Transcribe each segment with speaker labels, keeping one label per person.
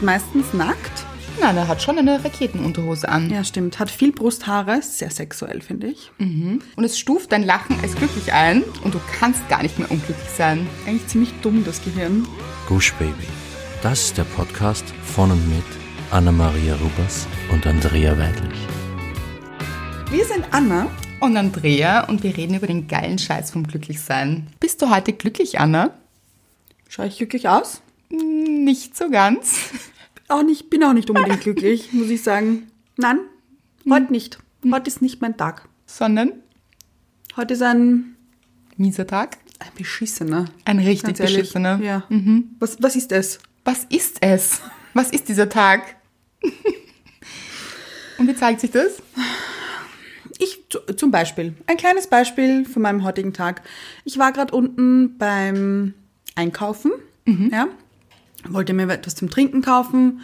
Speaker 1: meistens nackt.
Speaker 2: Nein, er hat schon eine Raketenunterhose an.
Speaker 1: Ja, stimmt. Hat viel Brusthaare, sehr sexuell, finde ich.
Speaker 2: Und es stuft dein Lachen als glücklich ein und du kannst gar nicht mehr unglücklich sein.
Speaker 1: Eigentlich ziemlich dumm, das Gehirn.
Speaker 3: Gush Baby. Das ist der Podcast von und mit Anna-Maria Rubers und Andrea Weidlich.
Speaker 1: Wir sind Anna.
Speaker 2: Und Andrea und wir reden über den geilen Scheiß vom Glücklichsein. Bist du heute glücklich, Anna?
Speaker 1: Schaue ich glücklich aus?
Speaker 2: Nicht so ganz.
Speaker 1: Auch nicht, bin auch nicht unbedingt glücklich, muss ich sagen. Nein, heute nicht. Heute ist nicht mein Tag.
Speaker 2: Sondern
Speaker 1: Heute ist ein,
Speaker 2: mieser Tag.
Speaker 1: ein beschissener.
Speaker 2: Ein richtig
Speaker 1: Ganz ehrlich.
Speaker 2: beschissener.
Speaker 1: Ja. Was, was ist es?
Speaker 2: Was ist es? Was ist dieser Tag? und wie zeigt sich das?
Speaker 1: Ich z- zum Beispiel, ein kleines Beispiel von meinem heutigen Tag. Ich war gerade unten beim Einkaufen, ja, wollte mir etwas zum Trinken kaufen.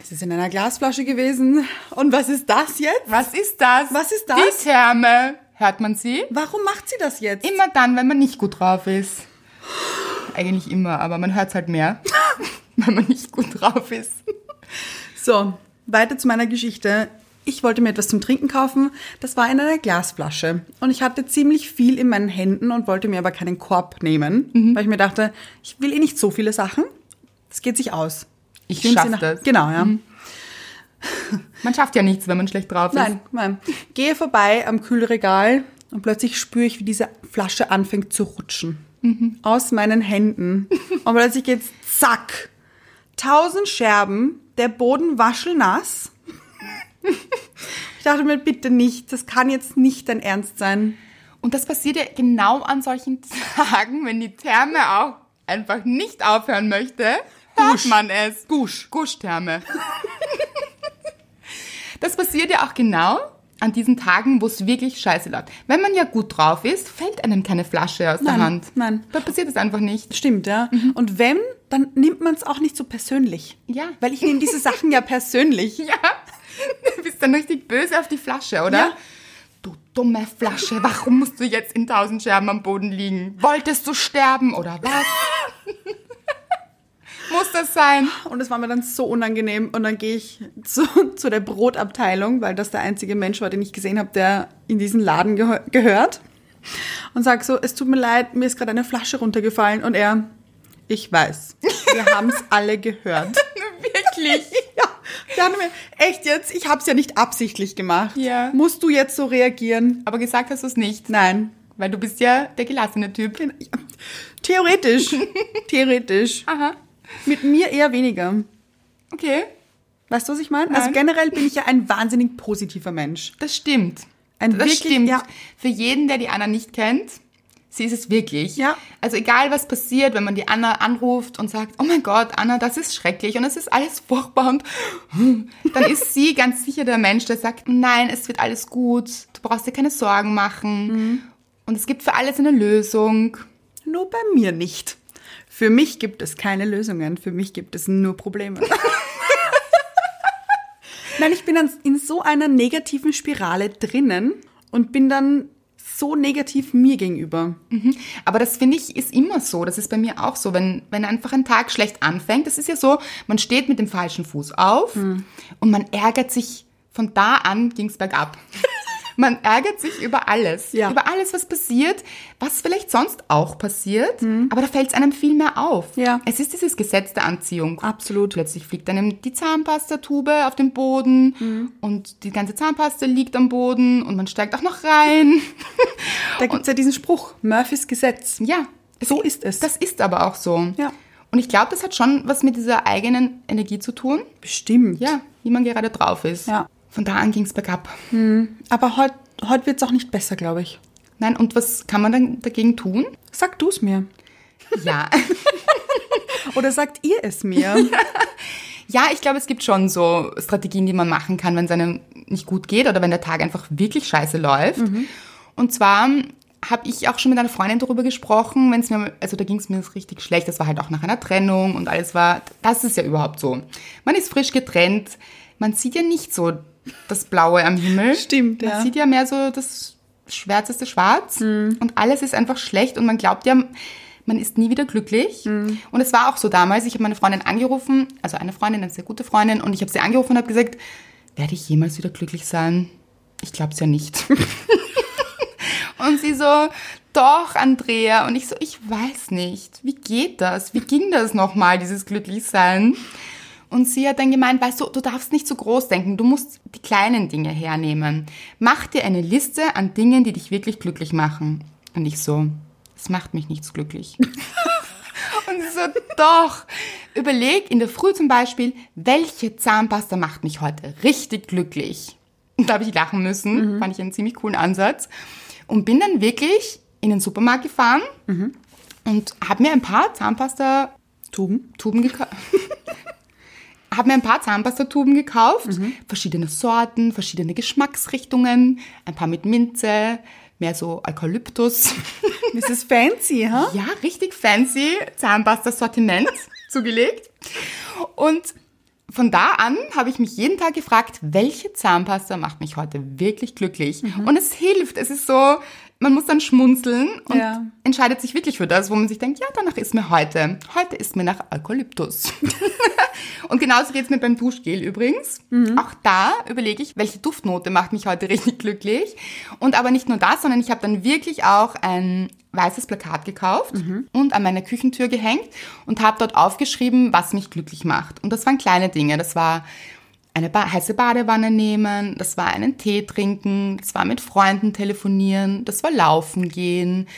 Speaker 1: Es ist in einer Glasflasche gewesen. Und was ist das jetzt?
Speaker 2: Was ist das?
Speaker 1: Was ist das?
Speaker 2: Die Therme. Hört man sie?
Speaker 1: Warum macht sie das jetzt?
Speaker 2: Immer dann, wenn man nicht gut drauf ist. Eigentlich immer, aber man hört es halt mehr, wenn man nicht gut drauf ist.
Speaker 1: So, weiter zu meiner Geschichte. Ich wollte mir etwas zum Trinken kaufen. Das war in einer Glasflasche. Und ich hatte ziemlich viel in meinen Händen und wollte mir aber keinen Korb nehmen,
Speaker 2: Mhm.
Speaker 1: weil ich mir dachte, ich will eh nicht so viele Sachen. Das geht sich aus.
Speaker 2: Ich
Speaker 1: Nehmt sie
Speaker 2: schaff
Speaker 1: nach-
Speaker 2: das. Mhm.
Speaker 1: Genau, ja.
Speaker 2: Man schafft ja nichts, wenn man schlecht drauf
Speaker 1: Nein, nein. Gehe vorbei am Kühlregal und plötzlich spüre ich, wie diese Flasche anfängt zu rutschen. Aus meinen Händen. Und plötzlich geht's zack. Tausend Scherben, der Boden waschelnass. Ich dachte mir, bitte nicht, das kann jetzt nicht dein Ernst sein.
Speaker 2: ist. Und das passiert ja genau an solchen Tagen, wenn die Therme auch einfach nicht aufhören möchte, hört man es. Gusch. Gusch-Therme. das passiert ja auch genau an diesen Tagen, wo es wirklich scheiße läuft. Wenn man ja gut drauf ist, fällt einem keine Flasche aus
Speaker 1: Nein,
Speaker 2: der Hand.
Speaker 1: nein.
Speaker 2: Da passiert es einfach nicht.
Speaker 1: Stimmt, ja. Und wenn, dann nimmt man es auch nicht so persönlich.
Speaker 2: Ja.
Speaker 1: Weil ich nehme diese Sachen ja persönlich.
Speaker 2: Ja, du bist dann richtig böse auf die Flasche, oder?
Speaker 1: Ja.
Speaker 2: Du dumme Flasche, warum musst du jetzt in tausend Scherben am Boden liegen? Wolltest du sterben, oder was? Muss das sein?
Speaker 1: Und es war mir dann so unangenehm. Und dann gehe ich zu, zu der Brotabteilung, weil das der einzige Mensch war, den ich gesehen habe, der in diesen Laden gehö gehört. Und sag so, es tut mir leid, mir ist gerade eine Flasche runtergefallen. Und er, ich weiß, wir haben es alle gehört.
Speaker 2: Wirklich?
Speaker 1: Ja, der hat mir, echt jetzt, ich habe es ja nicht absichtlich gemacht.
Speaker 2: Ja.
Speaker 1: Musst du jetzt so reagieren?
Speaker 2: Aber gesagt hast du es nicht,
Speaker 1: Nein. Genau.
Speaker 2: weil du bist ja der gelassene Typ.
Speaker 1: Theoretisch. Theoretisch.
Speaker 2: Aha,
Speaker 1: Mit mir eher weniger.
Speaker 2: okay,
Speaker 1: Weißt du, was ich meine? Also
Speaker 2: Nein.
Speaker 1: generell bin ich ja ein wahnsinnig positiver Mensch.
Speaker 2: das stimmt.
Speaker 1: Ein
Speaker 2: das
Speaker 1: wirklich-
Speaker 2: stimmt.
Speaker 1: ja.
Speaker 2: Für jeden, der die Anna nicht kennt, sie ist es wirklich.
Speaker 1: Ja.
Speaker 2: Also egal, was passiert, wenn man die Anna anruft und sagt, oh mein Gott, Anna, das ist schrecklich und es ist alles furchtbar und dann ist sie ganz sicher der Mensch, der sagt, nein, es wird alles gut, du brauchst dir keine Sorgen machen
Speaker 1: Mhm.
Speaker 2: und es gibt für alles eine Lösung.
Speaker 1: Nur bei mir nicht. Für mich gibt es keine Lösungen, für mich gibt es nur Probleme. Nein, ich bin dann in so einer negativen Spirale drinnen und bin dann so negativ mir gegenüber.
Speaker 2: Aber das finde ich ist immer so. Das ist bei mir auch so. Wenn, wenn einfach ein Tag schlecht anfängt, das ist ja so, man steht mit dem falschen Fuß auf
Speaker 1: Hm.
Speaker 2: und man ärgert sich. Von da an ging's bergab. man ärgert sich über alles.
Speaker 1: Ja.
Speaker 2: Über alles, was passiert, was vielleicht sonst auch passiert. Aber da fällt's einem viel mehr auf.
Speaker 1: Hm. Ja.
Speaker 2: Es ist dieses Gesetz der Anziehung.
Speaker 1: Absolut.
Speaker 2: Plötzlich fliegt einem die Zahnpastatube auf den Boden
Speaker 1: Hm.
Speaker 2: und die ganze Zahnpasta liegt am Boden und man steigt auch noch rein.
Speaker 1: Da gibt es ja diesen Spruch, Murphys Gesetz.
Speaker 2: Ja,
Speaker 1: So ist es.
Speaker 2: Das ist aber auch so.
Speaker 1: Ja.
Speaker 2: Und ich glaube, das hat schon was mit dieser eigenen Energie zu tun.
Speaker 1: Bestimmt.
Speaker 2: Ja, wie man gerade drauf ist.
Speaker 1: Ja.
Speaker 2: Von da an ging es bergab.
Speaker 1: Aber heute heut wird es auch nicht besser, glaube ich.
Speaker 2: Nein, und was kann man dann dagegen tun?
Speaker 1: Sag du es mir.
Speaker 2: Ja.
Speaker 1: Oder sagt ihr es mir?
Speaker 2: ja, ich glaube, es gibt schon so Strategien, die man machen kann, wenn es einem nicht gut geht oder wenn der Tag einfach wirklich scheiße läuft.
Speaker 1: Mhm.
Speaker 2: Und zwar habe ich auch schon mit einer Freundin darüber gesprochen, wenn es mir, also da ging es mir richtig schlecht, das war halt auch nach einer Trennung und alles war, das ist ja überhaupt so. Man ist frisch getrennt, man sieht ja nicht so das Blaue am Himmel.
Speaker 1: Stimmt,
Speaker 2: man
Speaker 1: ja. Mhm.
Speaker 2: sieht ja mehr so das schwärzeste Schwarz und alles ist einfach schlecht und man glaubt ja, man ist nie wieder glücklich.
Speaker 1: Mhm.
Speaker 2: Und es war auch so damals, ich habe meine Freundin angerufen, also eine Freundin, eine sehr gute Freundin, und ich habe sie angerufen und habe gesagt, werde ich jemals wieder glücklich sein? Ich glaube es ja nicht. Und sie so, doch, Andrea. Und ich so, ich weiß nicht. Wie geht das? Wie ging das nochmal, dieses Glücklichsein? Und sie hat dann gemeint, weißt du, du darfst nicht so groß denken. Du musst die kleinen Dinge hernehmen. Mach dir eine Liste an Dingen, die dich wirklich glücklich machen. Und ich so, es macht mich nichts glücklich. Und sie so, doch. Überleg in der Früh zum Beispiel, welche Zahnpasta macht mich heute richtig glücklich? Und da habe ich lachen müssen. Fand ich einen ziemlich coolen Ansatz. Und bin dann wirklich in den Supermarkt gefahren und habe mir ein paar Zahnpasta
Speaker 1: Tuben.
Speaker 2: Tuben gekauft. habe mir ein paar Zahnpastatuben gekauft, verschiedene Sorten, verschiedene Geschmacksrichtungen, ein paar mit Minze, mehr so Eukalyptus.
Speaker 1: Das ist fancy, ha?
Speaker 2: Ja, richtig fancy Zahnpasta-Sortiment zugelegt. Und von da an habe ich mich jeden Tag gefragt, welche Zahnpasta macht mich heute wirklich glücklich? Und es hilft. Es ist so, man muss dann schmunzeln und
Speaker 1: Ja.
Speaker 2: entscheidet sich wirklich für das, wo man sich denkt, ja, danach ist mir heute. Heute ist mir nach Eukalyptus. und genauso geht es mir beim Duschgel übrigens. Auch da überlege ich, welche Duftnote macht mich heute richtig glücklich. Und aber nicht nur das, sondern ich habe dann wirklich auch ein weißes Plakat gekauft und an meine Küchentür gehängt und habe dort aufgeschrieben, was mich glücklich macht. Und das waren kleine Dinge. Das war eine ba heiße Badewanne nehmen, das war einen Tee trinken, das war mit Freunden telefonieren, das war laufen gehen,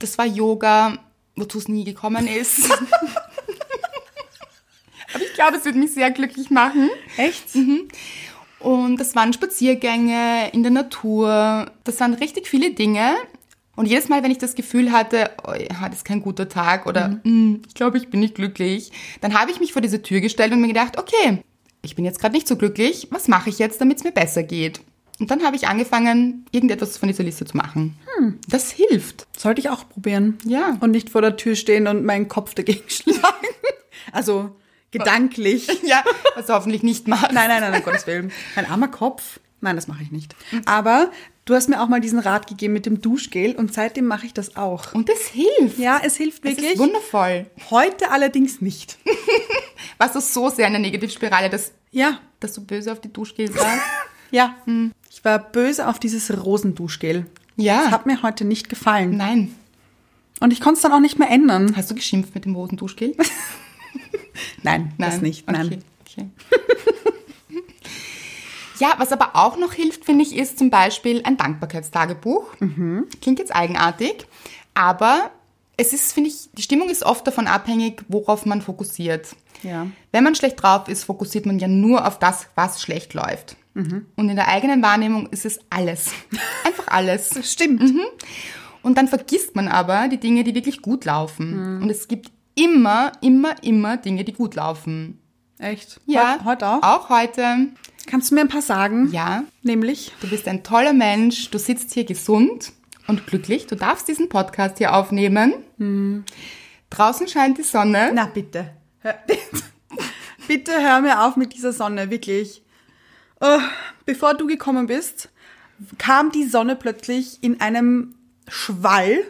Speaker 2: das war Yoga, wozu es nie gekommen ist. Aber ich glaube, es wird mich sehr glücklich machen.
Speaker 1: Echt?
Speaker 2: Und das waren Spaziergänge in der Natur. Das waren richtig viele Dinge. Und jedes Mal, wenn ich das Gefühl hatte, oh, ja, das ist kein guter Tag
Speaker 1: Mhm.
Speaker 2: oder "Mm, ich glaube, ich bin nicht glücklich, dann habe ich mich vor diese Tür gestellt und mir gedacht, okay, ich bin jetzt gerade nicht so glücklich, was mache ich jetzt, damit es mir besser geht? Und dann habe ich angefangen, irgendetwas von dieser Liste zu machen.
Speaker 1: Hm.
Speaker 2: Das hilft.
Speaker 1: Sollte ich auch probieren.
Speaker 2: Ja.
Speaker 1: Und nicht vor der Tür stehen und meinen Kopf dagegen schlagen. Also gedanklich.
Speaker 2: Ja, was du hoffentlich nicht machst.
Speaker 1: Nein, nein, nein, um Gottes Willen. Ein armer Kopf. Nein, das mache ich nicht. Aber du hast mir auch mal diesen Rat gegeben mit dem Duschgel und seitdem mache ich das auch.
Speaker 2: Und das hilft.
Speaker 1: Ja, es hilft
Speaker 2: das
Speaker 1: wirklich.
Speaker 2: ist wundervoll.
Speaker 1: Heute allerdings nicht.
Speaker 2: Was du so sehr in der Negativspirale, dass,
Speaker 1: Ja,
Speaker 2: dass du böse auf die Duschgel warst.
Speaker 1: ja. Ich war böse auf dieses Rosenduschgel.
Speaker 2: Hm. Ja.
Speaker 1: Das hat mir heute nicht gefallen.
Speaker 2: Nein.
Speaker 1: Und ich konnte es dann auch nicht mehr ändern.
Speaker 2: Hast du geschimpft mit dem roten Duschgel?
Speaker 1: Nein, das nicht. Nein.
Speaker 2: Okay. okay. ja, was aber auch noch hilft, finde ich, ist zum Beispiel ein Dankbarkeitstagebuch.
Speaker 1: Mhm.
Speaker 2: Klingt jetzt eigenartig, aber es ist, finde ich, die Stimmung ist oft davon abhängig, worauf man fokussiert.
Speaker 1: Ja.
Speaker 2: Wenn man schlecht drauf ist, fokussiert man ja nur auf das, was schlecht läuft.
Speaker 1: Mhm.
Speaker 2: Und in der eigenen Wahrnehmung ist es alles. Einfach alles. Mhm.
Speaker 1: Das stimmt.
Speaker 2: Und dann vergisst man aber die Dinge, die wirklich gut laufen.
Speaker 1: Mhm.
Speaker 2: Und es gibt immer, immer, immer Dinge, die gut laufen.
Speaker 1: Echt?
Speaker 2: Ja.
Speaker 1: Heute, heute auch?
Speaker 2: Auch heute.
Speaker 1: Kannst du mir ein paar sagen?
Speaker 2: Ja.
Speaker 1: Nämlich?
Speaker 2: Du bist ein toller Mensch. Du sitzt hier gesund und glücklich. Du darfst diesen Podcast hier aufnehmen. Draußen scheint die Sonne.
Speaker 1: Hm. Na bitte. Hör, bitte hör mir auf mit dieser Sonne, wirklich. Oh, bevor du gekommen bist, kam die Sonne plötzlich in einem Schwall.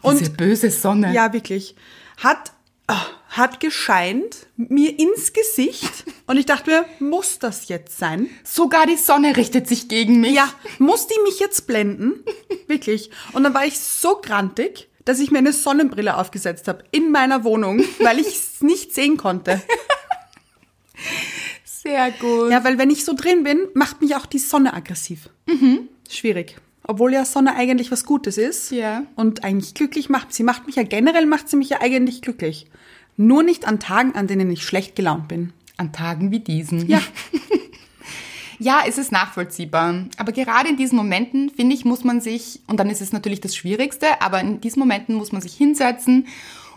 Speaker 1: und
Speaker 2: Diese böse Sonne.
Speaker 1: ja, wirklich. Hat, oh, hat gescheint mir ins Gesicht. Und ich dachte mir, muss das jetzt sein?
Speaker 2: Sogar die Sonne richtet sich gegen mich.
Speaker 1: Ja, muss die mich jetzt blenden? Wirklich. Und dann war ich so grantig, dass ich mir eine Sonnenbrille aufgesetzt habe in meiner Wohnung, weil ich es nicht sehen konnte.
Speaker 2: Sehr gut.
Speaker 1: Ja, weil wenn ich so drin bin, macht mich auch die Sonne aggressiv. Mhm. Schwierig. Obwohl ja Sonne eigentlich was Gutes ist
Speaker 2: Ja.
Speaker 1: und eigentlich glücklich macht. Sie macht mich ja generell, macht sie mich ja eigentlich glücklich. Nur nicht an Tagen, an denen ich schlecht gelaunt bin.
Speaker 2: An Tagen wie diesen.
Speaker 1: Ja,
Speaker 2: Ja, es ist nachvollziehbar. Aber gerade in diesen Momenten, finde ich, muss man sich, und dann ist es natürlich das Schwierigste, aber in diesen Momenten muss man sich hinsetzen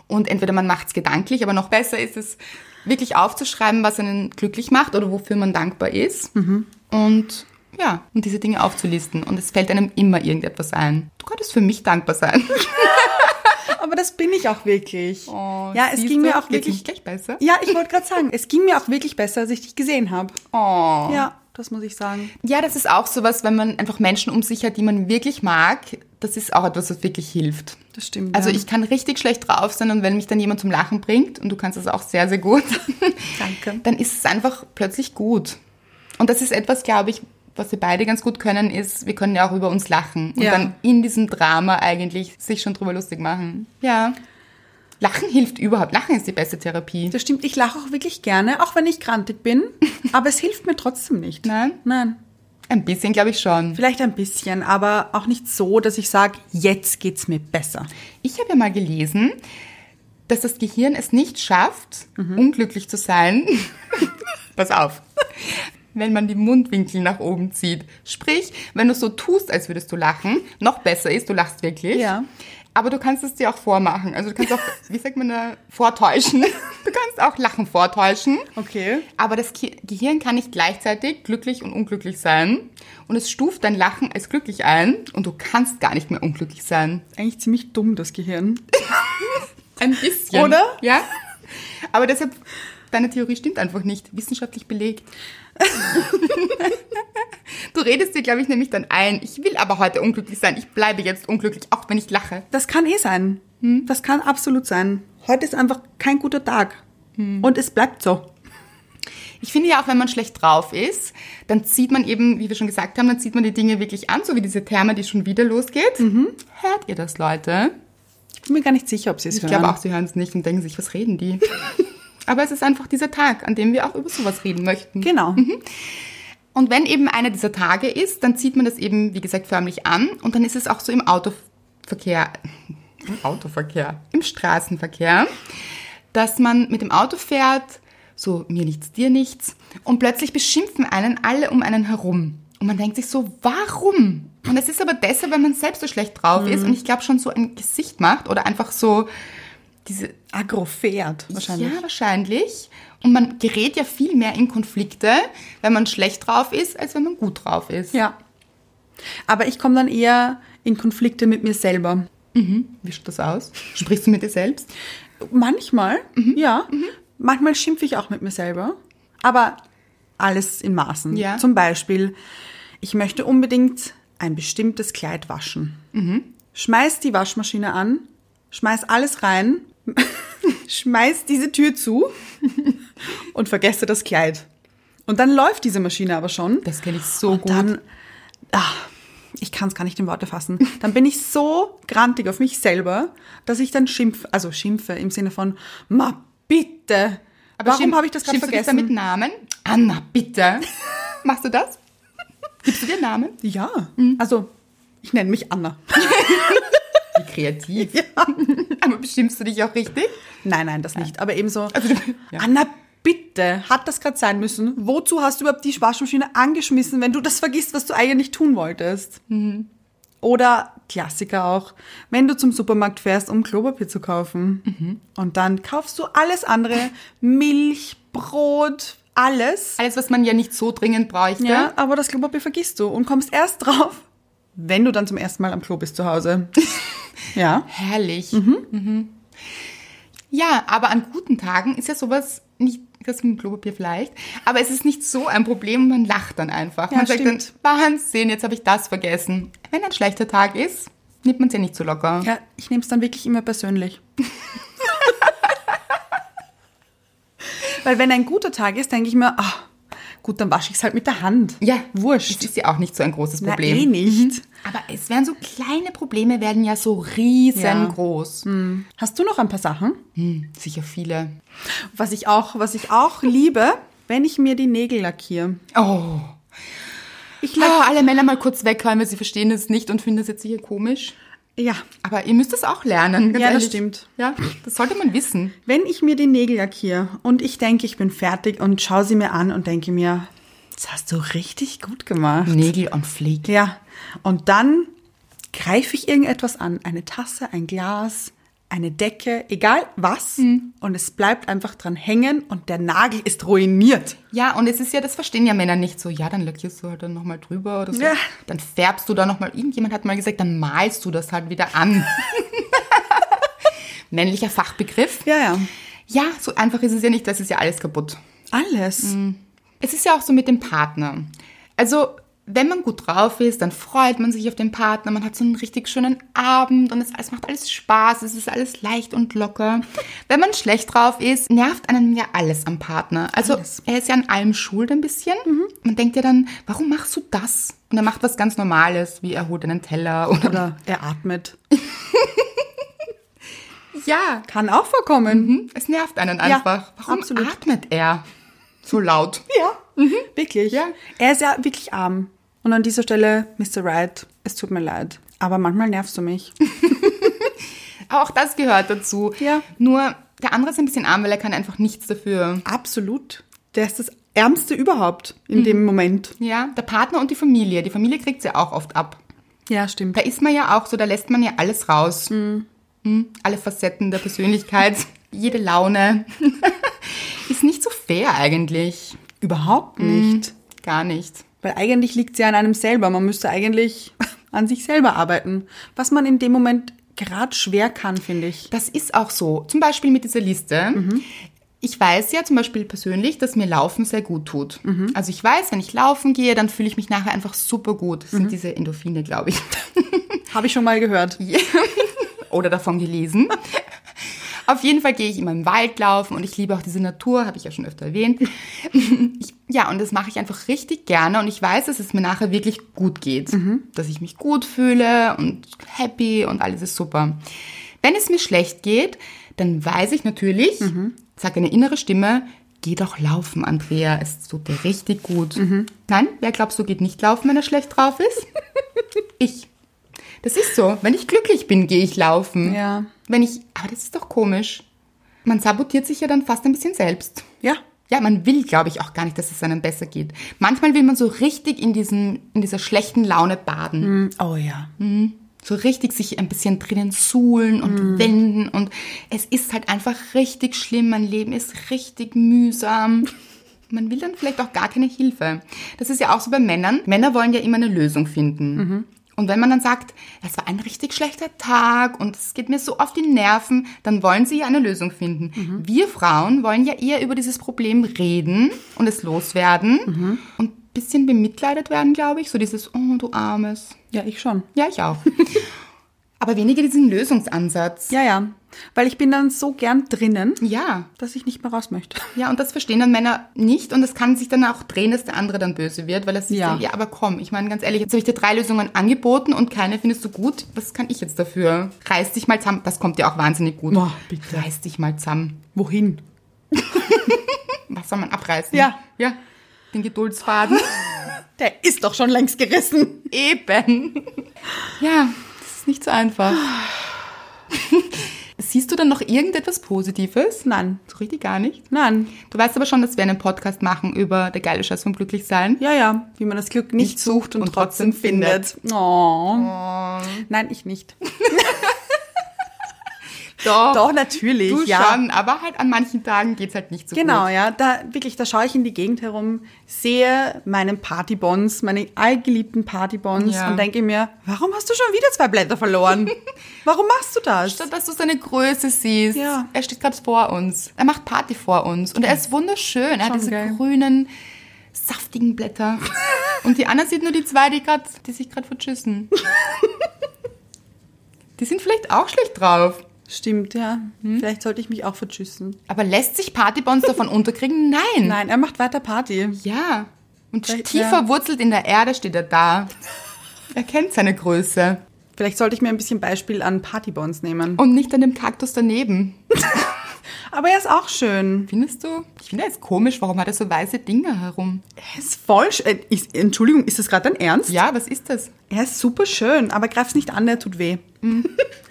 Speaker 2: und entweder man macht es gedanklich, aber noch besser ist es, wirklich aufzuschreiben, was einen glücklich macht oder wofür man dankbar ist.
Speaker 1: Mhm.
Speaker 2: Und ja, und diese Dinge aufzulisten. Und es fällt einem immer irgendetwas ein. Du könntest für mich dankbar sein.
Speaker 1: Ah, aber das bin ich auch wirklich. ja, es ging mir auch wirklich.
Speaker 2: gleich besser.
Speaker 1: Ja, ich wollte gerade sagen, es ging mir auch wirklich besser, als ich dich gesehen habe.
Speaker 2: Oh.
Speaker 1: Ja, das muss ich sagen.
Speaker 2: Ja, das ist auch sowas, wenn man einfach Menschen um sich hat, die man wirklich mag, das ist auch etwas, was wirklich hilft.
Speaker 1: Das stimmt.
Speaker 2: Also
Speaker 1: ja.
Speaker 2: ich kann richtig schlecht drauf sein und wenn mich dann jemand zum Lachen bringt, und du kannst das auch sehr, sehr gut,
Speaker 1: Danke.
Speaker 2: dann ist es einfach plötzlich gut. Und das ist etwas, glaube ich, was wir beide ganz gut können, ist, wir können ja auch über uns lachen und
Speaker 1: Ja.
Speaker 2: dann in diesem Drama eigentlich sich schon drüber lustig machen. Ja. Lachen hilft überhaupt. Lachen ist die beste Therapie.
Speaker 1: Das stimmt, ich lache auch wirklich gerne, auch wenn ich grantig bin. aber es hilft mir trotzdem nicht.
Speaker 2: Nein?
Speaker 1: Nein.
Speaker 2: Ein bisschen, glaube ich, schon.
Speaker 1: Vielleicht ein bisschen, aber auch nicht so, dass ich sage, jetzt geht's mir besser.
Speaker 2: Ich habe ja mal gelesen, dass das Gehirn es nicht schafft, unglücklich zu sein. Pass auf. Wenn man die Mundwinkel nach oben zieht. Sprich, wenn du so tust, als würdest du lachen, noch besser ist, du lachst wirklich.
Speaker 1: Ja.
Speaker 2: Aber du kannst es dir auch vormachen. Also du kannst auch, wie sagt man da, vortäuschen. Du kannst auch Lachen vortäuschen.
Speaker 1: Okay.
Speaker 2: Aber das Ki- Gehirn kann nicht gleichzeitig glücklich und unglücklich sein. Und es stuft dein Lachen als glücklich ein. Und du kannst gar nicht mehr unglücklich sein.
Speaker 1: Eigentlich ziemlich dumm, das Gehirn.
Speaker 2: Ein bisschen.
Speaker 1: Oder?
Speaker 2: Ja. Aber deshalb, deine Theorie stimmt einfach nicht. Wissenschaftlich belegt. du redest dir, glaube ich, nämlich dann ein. Ich will aber heute unglücklich sein. Ich bleibe jetzt unglücklich, auch wenn ich lache.
Speaker 1: Das kann eh sein. Das kann absolut sein. Heute ist einfach kein guter Tag. Und es bleibt so.
Speaker 2: Ich finde ja auch, wenn man schlecht drauf ist, dann zieht man eben, wie wir schon gesagt haben, dann zieht man die Dinge wirklich an, so wie diese Therme, die schon wieder losgeht. Hört ihr das, Leute?
Speaker 1: Ich bin mir gar nicht sicher, ob sie es
Speaker 2: Ich
Speaker 1: hören.
Speaker 2: glaube auch, sie hören es nicht und denken sich, was reden die? aber es ist einfach dieser Tag, an dem wir auch über sowas reden möchten.
Speaker 1: Genau.
Speaker 2: Und wenn eben einer dieser Tage ist, dann zieht man das eben, wie gesagt, förmlich an und dann ist es auch so im Autoverkehr, im Autoverkehr, im Straßenverkehr, dass man mit dem Auto fährt, so mir nichts, dir nichts und plötzlich beschimpfen einen alle um einen herum. Und man denkt sich so, warum? Und es ist aber deshalb, weil man selbst so schlecht drauf ist und ich glaube schon so ein Gesicht macht oder einfach so diese
Speaker 1: Agrofährt wahrscheinlich.
Speaker 2: ja, wahrscheinlich. Und man gerät ja viel mehr in Konflikte, wenn man schlecht drauf ist, als wenn man gut drauf ist.
Speaker 1: Ja. Aber ich komme dann eher in Konflikte mit mir selber.
Speaker 2: Wie schaut das aus? Sprichst du mit dir selbst?
Speaker 1: Manchmal, ja. Manchmal schimpfe ich auch mit mir selber. Aber alles in Maßen.
Speaker 2: Ja.
Speaker 1: Zum Beispiel, ich möchte unbedingt ein bestimmtes Kleid waschen. Schmeiß die Waschmaschine an, schmeiß alles rein, schmeiß diese Tür zu und vergesse das Kleid. Und dann läuft diese Maschine aber schon.
Speaker 2: Das kenne ich so gut.
Speaker 1: Dann, ach, ich kann es gar nicht in Worte fassen. Dann bin ich so grantig auf mich selber, dass ich dann schimpf, also schimpfe im Sinne von, ma bitte. Warum
Speaker 2: schimpf-
Speaker 1: habe ich das gerade
Speaker 2: schimpfst du dich
Speaker 1: vergessen?
Speaker 2: dann mit Namen? Anna, bitte. Machst du das? Gibst du dir Namen?
Speaker 1: ja,
Speaker 2: Mhm.
Speaker 1: also ich nenne mich Anna.
Speaker 2: Wie kreativ. Aber bestimmst du dich auch richtig?
Speaker 1: Nein, nein, das nicht. Aber eben so,
Speaker 2: ja.
Speaker 1: Anna, bitte, hat das gerade sein müssen? Wozu hast du überhaupt die Waschmaschine angeschmissen, wenn du das vergisst, was du eigentlich tun wolltest? Oder Klassiker auch, wenn du zum Supermarkt fährst, um Klopapier zu kaufen. Und dann kaufst du alles andere, Milch, Brot, alles.
Speaker 2: Alles, was man ja nicht so dringend bräuchte.
Speaker 1: Ja, aber das Klopapier vergisst du und kommst erst drauf, wenn du dann zum ersten Mal am Klo bist zu Hause. ja.
Speaker 2: Herrlich. Mhm. Ja, aber an guten Tagen ist ja sowas nicht. Das mit dem Klopapier vielleicht. Aber es ist nicht so ein Problem, man lacht dann einfach.
Speaker 1: Ja,
Speaker 2: man sagt
Speaker 1: stimmt.
Speaker 2: dann, Wahnsinn, jetzt habe ich das vergessen. Wenn ein schlechter Tag ist, nimmt man es ja nicht so locker.
Speaker 1: Ja, ich nehme es dann wirklich immer persönlich. Weil wenn ein guter Tag ist, denke ich mir, ah, gut, dann wasche ich es halt mit der Hand.
Speaker 2: wurscht.
Speaker 1: wurscht.
Speaker 2: Das ist ja auch nicht so ein großes
Speaker 1: Na, eh
Speaker 2: Problem. Mhm.
Speaker 1: nicht.
Speaker 2: aber es werden so kleine Probleme, werden ja so riesengroß.
Speaker 1: Hm. Hast du noch ein paar Sachen?
Speaker 2: Hm, sicher viele.
Speaker 1: Was ich auch, was ich auch liebe, wenn ich mir die Nägel lackiere.
Speaker 2: Oh.
Speaker 1: Ich lack,
Speaker 2: Ah, alle Männer mal kurz weghören, weil sie verstehen es nicht und finden es jetzt sicher komisch.
Speaker 1: ja,
Speaker 2: Aber ihr müsst es auch lernen. ganz
Speaker 1: Ja, das
Speaker 2: ehrlich.
Speaker 1: stimmt.
Speaker 2: Ja, das sollte man wissen.
Speaker 1: wenn ich mir die Nägel lackiere und ich denke, ich bin fertig und schaue sie mir an und denke mir, das hast du richtig gut gemacht.
Speaker 2: Nägel on fleek.
Speaker 1: Ja, und dann greife ich irgendetwas an, eine Tasse, ein Glas, eine Decke, egal was, und es bleibt einfach dran hängen und der Nagel ist ruiniert.
Speaker 2: Ja, und es ist ja, das verstehen ja Männer nicht so. Ja, dann lackierst du halt dann nochmal drüber oder so.
Speaker 1: Ja.
Speaker 2: Dann färbst du da nochmal. Irgendjemand hat mal gesagt, dann malst du das halt wieder an. Männlicher Fachbegriff.
Speaker 1: Ja, ja.
Speaker 2: Ja, so einfach ist es ja
Speaker 1: Mhm.
Speaker 2: nicht. Das ist ja alles kaputt.
Speaker 1: Alles.
Speaker 2: Es ist ja auch so mit dem Partner. Also, wenn man gut drauf ist, dann freut man sich auf den Partner, man hat so einen richtig schönen Abend und es, es macht alles Spaß, es ist alles leicht und locker. Wenn man schlecht drauf ist, nervt einen ja alles am Partner. Also er ist ja an allem schuld ein bisschen. Man denkt ja dann, warum machst du das? Und er macht was ganz Normales, wie er holt einen Teller oder...
Speaker 1: Oder er atmet.
Speaker 2: Ja,
Speaker 1: Kann auch vorkommen.
Speaker 2: hm, es nervt einen einfach. warum
Speaker 1: absolut.
Speaker 2: atmet er so laut?
Speaker 1: Ja, wirklich.
Speaker 2: Ja.
Speaker 1: Er ist ja wirklich arm. Und an dieser Stelle, Mr. Right, es tut mir leid. Aber manchmal nervst du mich.
Speaker 2: Auch das gehört dazu.
Speaker 1: Ja.
Speaker 2: Nur der andere ist ein bisschen arm, weil er kann einfach nichts dafür.
Speaker 1: Absolut. Der ist das Ärmste überhaupt in dem Moment.
Speaker 2: Ja, der Partner und die Familie. Die Familie kriegt ja auch oft ab.
Speaker 1: Ja, stimmt.
Speaker 2: Da ist man ja auch so, da lässt man ja alles raus. Mhm, Alle Facetten der Persönlichkeit, jede Laune. ist nicht so fair eigentlich.
Speaker 1: Überhaupt nicht.
Speaker 2: Gar nicht.
Speaker 1: Weil eigentlich liegt es ja an einem selber. Man müsste eigentlich an sich selber arbeiten. Was man in dem Moment gerade schwer kann, finde ich.
Speaker 2: Das ist auch so. Zum Beispiel mit dieser Liste. Ich weiß ja zum Beispiel persönlich, dass mir Laufen sehr gut tut. Also ich weiß, wenn ich laufen gehe, dann fühle ich mich nachher einfach super gut. Das sind diese Endorphine, glaube ich.
Speaker 1: Habe ich schon mal gehört.
Speaker 2: oder davon gelesen. Auf jeden Fall gehe ich immer im Wald laufen und ich liebe auch diese Natur, habe ich ja schon öfter erwähnt. Ich, ja, und das mache ich einfach richtig gerne und ich weiß, dass es mir nachher wirklich gut geht. Dass ich mich gut fühle und happy und alles ist super. Wenn es mir schlecht geht, dann weiß ich natürlich, sagt eine innere Stimme, geh doch laufen, Andrea, es tut dir richtig gut. Nein, wer glaubst du geht nicht laufen, wenn er schlecht drauf ist? ich. Das ist so. Wenn ich glücklich bin, gehe ich laufen.
Speaker 1: Ja.
Speaker 2: Wenn ich, aber das ist doch komisch. Man sabotiert sich ja dann fast ein bisschen selbst.
Speaker 1: Ja.
Speaker 2: Ja, man will, glaube ich, auch gar nicht, dass es einem besser geht. Manchmal will man so richtig in, diesem, in dieser schlechten Laune baden.
Speaker 1: Mm, Oh ja.
Speaker 2: So richtig sich ein bisschen drinnen suhlen und wenden. Und es ist halt einfach richtig schlimm. Mein Leben ist richtig mühsam. Man will dann vielleicht auch gar keine Hilfe. Das ist ja auch so bei Männern. Männer wollen ja immer eine Lösung finden. Und wenn man dann sagt, es war ein richtig schlechter Tag und es geht mir so auf die Nerven, dann wollen sie ja eine Lösung finden. Wir Frauen wollen ja eher über dieses Problem reden und es loswerden und ein bisschen bemitleidet werden, glaube ich. So dieses, oh, du Armes.
Speaker 1: Ja, ich schon.
Speaker 2: Ja, ich auch. Aber weniger diesen Lösungsansatz.
Speaker 1: Ja, ja. Weil ich bin dann so gern drinnen,
Speaker 2: Ja,
Speaker 1: dass ich nicht mehr raus möchte.
Speaker 2: ja, und das verstehen dann Männer nicht und das kann sich dann auch drehen, dass der andere dann böse wird, weil er sich
Speaker 1: Ja.
Speaker 2: denkt, ja, aber komm, ich meine ganz ehrlich, jetzt habe ich dir drei Lösungen angeboten und keine findest du gut, was kann ich jetzt dafür? Reiß dich mal zusammen, das kommt dir auch wahnsinnig gut.
Speaker 1: Boah, bitte.
Speaker 2: Reiß dich mal zusammen.
Speaker 1: Wohin?
Speaker 2: Was soll man abreißen?
Speaker 1: Ja.
Speaker 2: Ja, den Geduldsfaden.
Speaker 1: Der ist doch schon längst gerissen.
Speaker 2: Eben. Ja, das ist nicht so einfach. Siehst du dann noch irgendetwas Positives?
Speaker 1: Nein.
Speaker 2: So richtig gar nicht.
Speaker 1: Nein.
Speaker 2: Du weißt aber schon, dass wir einen Podcast machen über der geile Scheiß vom Glücklichsein.
Speaker 1: Ja, ja. Wie man das Glück nicht, sucht und,
Speaker 2: und
Speaker 1: trotzdem
Speaker 2: trotzdem
Speaker 1: findet. Oh. Nein, ich nicht.
Speaker 2: Doch,
Speaker 1: Doch, natürlich.
Speaker 2: du
Speaker 1: ja.
Speaker 2: schon, aber halt an manchen Tagen geht's halt nicht so
Speaker 1: Genau,
Speaker 2: gut.
Speaker 1: ja. Da wirklich, da schaue ich in die Gegend herum, sehe meinen Partybons, meine allgeliebten Partybons
Speaker 2: Ja.
Speaker 1: und denke mir, warum hast du schon wieder zwei Blätter verloren? warum machst du das?
Speaker 2: Statt dass du seine Größe siehst.
Speaker 1: Ja.
Speaker 2: Er steht gerade vor uns. Er macht Party vor uns. Und er ist wunderschön. Er hat
Speaker 1: Schon
Speaker 2: diese
Speaker 1: geil.
Speaker 2: grünen, saftigen Blätter. Und die anderen sind nur die zwei, die, grad, die sich gerade verschüssen. die sind vielleicht auch schlecht drauf.
Speaker 1: Stimmt, ja.
Speaker 2: Hm?
Speaker 1: Vielleicht sollte ich mich auch vertschüssen.
Speaker 2: Aber lässt sich Partybons davon unterkriegen? Nein.
Speaker 1: Nein, er macht weiter Party.
Speaker 2: Ja. Und
Speaker 1: Vielleicht,
Speaker 2: tief
Speaker 1: ja.
Speaker 2: verwurzelt in der Erde steht er da. Er kennt seine Größe.
Speaker 1: Vielleicht sollte ich mir ein bisschen Beispiel an Partybons nehmen.
Speaker 2: Und nicht an dem Kaktus daneben.
Speaker 1: Aber er ist auch schön.
Speaker 2: Findest du? Ich finde jetzt komisch, warum hat er so weiße Dinger herum?
Speaker 1: Er ist voll sch äh, ist, Entschuldigung, ist das gerade dein Ernst?
Speaker 2: Ja, was ist das?
Speaker 1: Er ist super schön, aber greif's nicht an, der tut weh.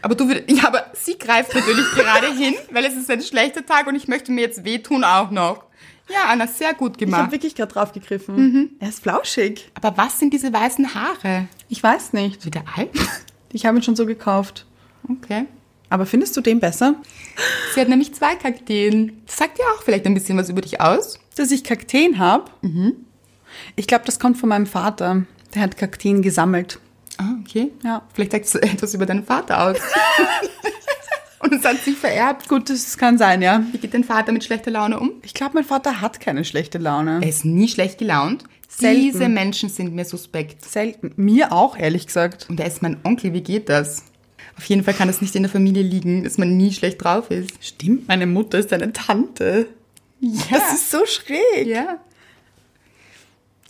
Speaker 2: Aber du würdest. Ja, aber sie greift natürlich gerade hin, weil es ist ein schlechter Tag und ich möchte mir jetzt wehtun auch noch. Ja, Anna, sehr gut
Speaker 1: Ich habe
Speaker 2: gemacht.
Speaker 1: wirklich gerade drauf gegriffen.
Speaker 2: Mhm.
Speaker 1: Er ist flauschig.
Speaker 2: Aber was sind diese weißen Haare?
Speaker 1: Ich weiß nicht.
Speaker 2: Wieder alt?
Speaker 1: Ich habe ihn schon so gekauft.
Speaker 2: Okay.
Speaker 1: Aber findest du den besser?
Speaker 2: Sie hat nämlich zwei Kakteen. Das sagt ja auch vielleicht ein bisschen was über dich aus.
Speaker 1: Dass ich Kakteen habe? Mhm. Ich glaube, das kommt von meinem Vater. Der hat Kakteen gesammelt.
Speaker 2: Ah, okay.
Speaker 1: Ja.
Speaker 2: Vielleicht sagt es etwas über deinen Vater aus. Und es hat sich vererbt.
Speaker 1: Gut, das kann sein, ja.
Speaker 2: Wie geht dein Vater mit schlechter Laune um?
Speaker 1: Ich glaube, mein Vater hat keine schlechte Laune.
Speaker 2: Er ist nie schlecht gelaunt.
Speaker 1: Selten.
Speaker 2: Diese Menschen sind mir suspekt.
Speaker 1: Selten. Mir auch, ehrlich gesagt.
Speaker 2: Und er ist mein Onkel, wie geht das? Auf jeden Fall kann das nicht in der Familie liegen, dass man nie schlecht drauf ist.
Speaker 1: Stimmt, meine Mutter ist eine Tante.
Speaker 2: Ja.
Speaker 1: Das ist so schräg.
Speaker 2: Ja.